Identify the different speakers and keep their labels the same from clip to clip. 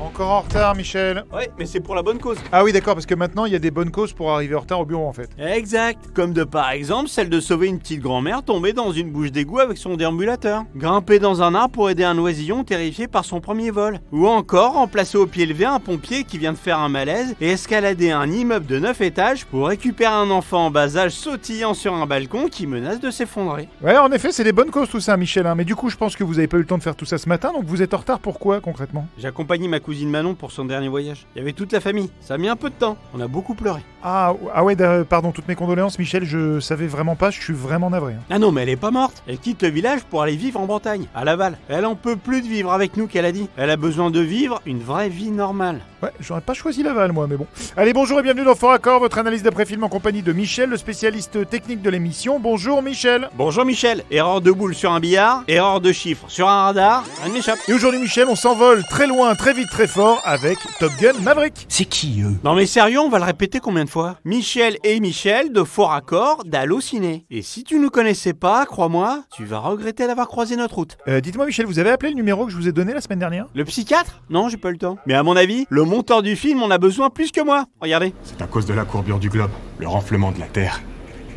Speaker 1: encore en retard, Michel.
Speaker 2: Ouais, mais c'est pour la bonne cause.
Speaker 1: Ah oui, d'accord, parce que maintenant, il y a des bonnes causes pour arriver en retard au bureau, en fait.
Speaker 2: Exact. Comme de par exemple celle de sauver une petite grand-mère tombée dans une bouche d'égout avec son déambulateur. Grimper dans un arbre pour aider un oisillon terrifié par son premier vol. Ou encore remplacer au pied levé un pompier qui vient de faire un malaise et escalader un immeuble de 9 étages pour récupérer un enfant en bas âge sautillant sur un balcon qui menace de s'effondrer.
Speaker 1: Ouais, en effet, c'est des bonnes causes tout ça, Michel. hein. Mais du coup, je pense que vous avez pas eu le temps de faire tout ça ce matin, donc vous êtes en retard. Pourquoi, concrètement
Speaker 2: J'accompagnais ma cousine Manon pour son dernier voyage. Il y avait toute la famille. Ça a mis un peu de temps. On a beaucoup pleuré.
Speaker 1: Ah, ou- ah ouais, d'a- pardon, toutes mes condoléances, Michel, je savais vraiment pas, je suis vraiment navré. hein.
Speaker 2: Ah non, mais elle est pas morte. Elle quitte le village pour aller vivre en Bretagne, à Laval. Elle en peut plus de vivre avec nous qu'elle a dit. Elle a besoin de vivre une vraie vie normale.
Speaker 1: Ouais, j'aurais pas choisi Laval, moi, mais bon. Allez, bonjour et bienvenue dans Fort Accord, votre analyse d'après-film en compagnie de Michel, le spécialiste technique de l'émission. Bonjour, Michel
Speaker 2: Bonjour Michel, erreur de boule sur un billard, erreur de chiffres sur un radar, rien ne m'échappe.
Speaker 1: Et aujourd'hui, Michel, on s'envole très loin, très vite, très fort avec Top Gun Maverick.
Speaker 3: C'est qui eux
Speaker 2: Non mais sérieux, on va le répéter combien de fois Michel et Michel de Fort Accord d'Allociné. Et si tu nous connaissais pas, crois-moi, tu vas regretter d'avoir croisé notre route.
Speaker 1: Euh, Dites-moi, Michel, vous avez appelé le numéro que je vous ai donné la semaine dernière
Speaker 2: Le psychiatre Non, j'ai pas eu le temps. Mais à mon avis, le monteur du film en a besoin plus que moi. Regardez.
Speaker 3: C'est à cause de la courbure du globe, le renflement de la Terre.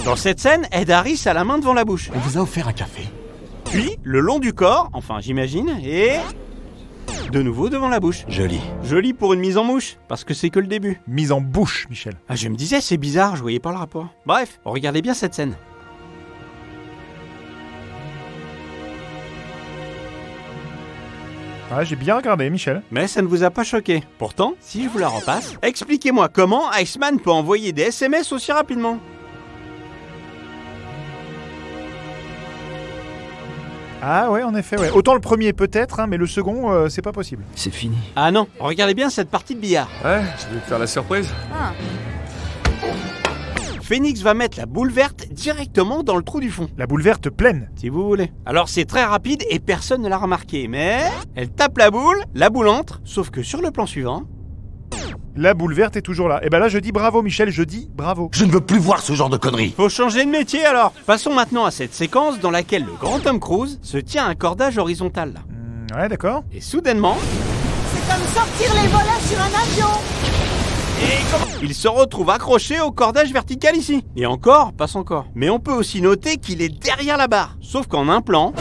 Speaker 2: Dans cette scène, Ed Harris a la main devant la bouche.
Speaker 3: On vous a offert un café
Speaker 2: Puis, le long du corps, enfin j'imagine, et... De nouveau devant la bouche.
Speaker 3: Joli.
Speaker 2: Joli pour une mise en mouche, parce que c'est que le début.
Speaker 1: Mise en bouche, Michel.
Speaker 2: Ah, je me disais, c'est bizarre, je voyais pas le rapport. Bref, oh, regardez bien cette scène.
Speaker 1: Ah, j'ai bien regardé, Michel.
Speaker 2: Mais ça ne vous a pas choqué. Pourtant, si je vous la repasse, expliquez-moi comment Iceman peut envoyer des SMS aussi rapidement.
Speaker 1: Ah ouais, en effet, ouais. Autant le premier peut-être, hein, mais le second, euh, c'est pas possible.
Speaker 3: C'est fini.
Speaker 2: Ah non, regardez bien cette partie de billard.
Speaker 4: Ouais, je vais te faire la surprise.
Speaker 2: Phoenix va mettre la boule verte directement dans le trou du fond.
Speaker 1: La boule verte pleine.
Speaker 2: Si vous voulez. Alors c'est très rapide et personne ne l'a remarqué, mais elle tape la boule, la boule entre, sauf que sur le plan suivant,
Speaker 1: La boule verte est toujours là. Et ben là, je dis bravo, Michel, je dis bravo.
Speaker 3: Je ne veux plus voir ce genre de conneries
Speaker 2: faut changer de métier alors. Passons maintenant à cette séquence dans laquelle le grand Tom Cruise se tient à un cordage horizontal. là.
Speaker 1: Hmm, ouais, d'accord.
Speaker 2: Et soudainement,
Speaker 5: C'est comme sortir les volets sur un avion.
Speaker 2: il se retrouve accroché au cordage vertical ici. Et encore, passe encore. Mais on peut aussi noter qu'il est derrière la barre. Sauf qu'en un plan,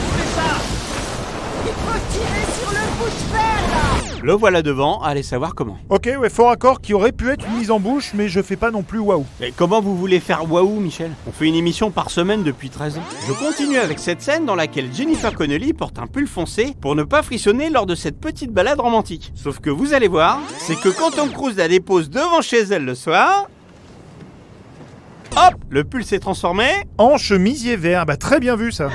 Speaker 5: Il faut tirer sur le bouche-père, là.
Speaker 2: le voilà devant, allez savoir comment.
Speaker 1: Ok, ouais, fort accord qui aurait pu être une mise en bouche, mais je fais pas non plus waouh.
Speaker 2: Mais comment vous voulez faire waouh, Michel On fait une émission par semaine depuis 13 ans. Je continue avec cette scène dans laquelle Jennifer Connelly porte un pull foncé pour ne pas frissonner lors de cette petite balade romantique. Sauf que vous allez voir, c'est que quand Tom Cruise la dépose devant chez elle le soir... Hop Le pull s'est transformé
Speaker 1: En chemisier vert, bah très bien vu ça.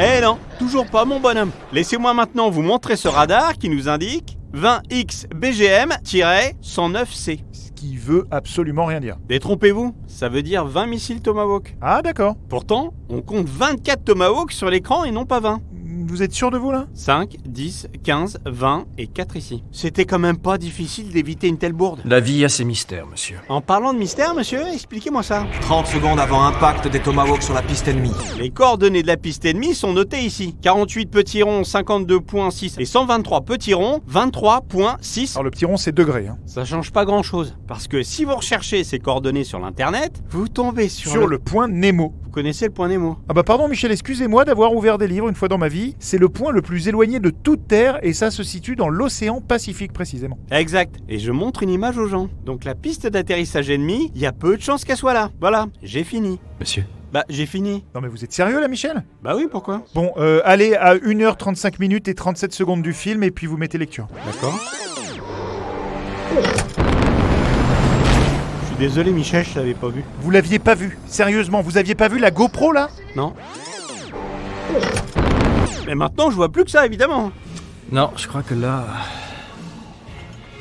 Speaker 2: Eh non, toujours pas mon bonhomme. Laissez-moi maintenant vous montrer ce radar qui nous indique 20XBGM-109C.
Speaker 1: Ce qui veut absolument rien dire.
Speaker 2: Détrompez-vous, ça veut dire 20 missiles Tomahawk.
Speaker 1: Ah d'accord.
Speaker 2: Pourtant, on compte 24 Tomahawk sur l'écran et non pas 20.
Speaker 1: Hmm, Vous êtes sûr de vous là
Speaker 2: 5, 10, 15, 20 et 4 ici. C'était quand même pas difficile d'éviter une telle bourde.
Speaker 6: La vie a ses mystères, monsieur.
Speaker 2: En parlant de mystère, monsieur, expliquez-moi ça.
Speaker 7: 30 secondes avant impact des Tomahawks sur la piste ennemie.
Speaker 2: Les coordonnées de la piste ennemie sont notées ici. 48 petits ronds, 52.6 et 123 petits ronds, 23.6.
Speaker 1: Alors le petit rond c'est degré. Hein.
Speaker 2: Oh, Ça change pas grand chose. Parce que si vous recherchez ces coordonnées sur l'internet, vous tombez sur,
Speaker 1: Sur, le... point Nemo.
Speaker 2: Vous connaissez le point Nemo.
Speaker 1: Ah bah pardon Michel, excusez-moi d'avoir ouvert des livres une fois dans ma vie. C'est le point le plus éloigné de toute Terre et ça se situe dans l'océan Pacifique précisément.
Speaker 2: Exact. Et je montre une image aux gens. Donc la piste d'atterrissage ennemie, il y a peu de chances qu'elle soit là. Voilà, j'ai fini.
Speaker 6: Monsieur
Speaker 2: Bah, j'ai fini.
Speaker 1: Non mais vous êtes sérieux là Michel
Speaker 2: Bah oui, pourquoi
Speaker 1: Bon, euh, allez à 1h35 minutes et 37 secondes du film et puis vous mettez lecture.
Speaker 2: D'accord. Je suis désolé, Michel, je t'avais pas vu.
Speaker 1: Vous l'aviez pas vu Sérieusement, vous aviez pas vu la GoPro là
Speaker 2: Non Mais maintenant, je vois plus que ça, évidemment.
Speaker 6: Non, je crois que là.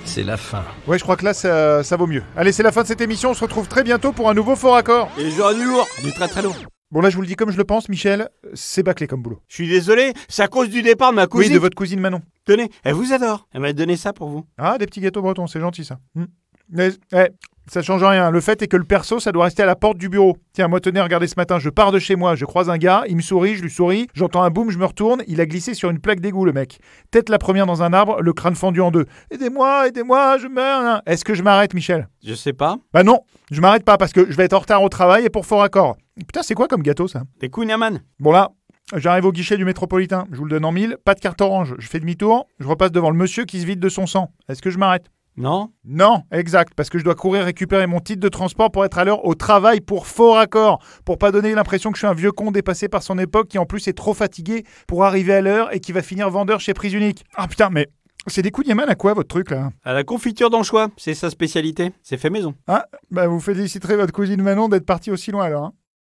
Speaker 6: C'est la fin.
Speaker 1: Ouais, je crois que là, ça, ça vaut mieux. Allez, c'est la fin de cette émission. On se retrouve très bientôt pour un nouveau fort accord.
Speaker 2: Et genre du lourd, du très très lourd.
Speaker 1: Bon, là, je vous le dis comme je le pense, Michel, c'est bâclé comme boulot.
Speaker 2: Je suis désolé, c'est à cause du départ de ma cousine.
Speaker 1: Oui, de votre cousine Manon.
Speaker 2: Tenez, elle vous adore. Elle m'a donné ça pour vous.
Speaker 1: Ah, des petits gâteaux bretons, c'est gentil ça. Hmm. Mais, eh, Ça change rien. Le fait est que le perso, ça doit rester à la porte du bureau. Tiens, moi, tenez, regardez ce matin, je pars de chez moi, je croise un gars, il me sourit, je lui souris, j'entends un boom, je me retourne, il a glissé sur une plaque d'égout, le mec. Tête la première dans un arbre, le crâne fendu en deux. Aidez-moi, aidez-moi, je meurs. hein. Est-ce que je m'arrête, Michel
Speaker 2: Je sais pas.
Speaker 1: Bah non, je m'arrête pas parce que je vais être en retard au travail et pour fort accord. Putain, c'est quoi comme gâteau, ça
Speaker 2: T'es Kouign-Amann.
Speaker 1: Bon là, j'arrive au guichet du métropolitain, je vous le donne en mille, pas de carte orange, je fais demi-tour, je repasse devant le monsieur qui se vide de son sang. Est-ce que je m'arrête
Speaker 2: Non
Speaker 1: non, exact, parce que je dois courir récupérer mon titre de transport pour être à l'heure au travail pour faux raccord, pour pas donner l'impression que je suis un vieux con dépassé par son époque qui en plus est trop fatigué pour arriver à l'heure et qui va finir vendeur chez Prise Unique. Ah putain, mais c'est des coups de Yaman à quoi votre truc là
Speaker 2: À la confiture d'anchois, c'est sa spécialité. C'est fait maison.
Speaker 1: Hein Bah vous féliciterez votre cousine Manon d'être partie aussi loin alors. hein.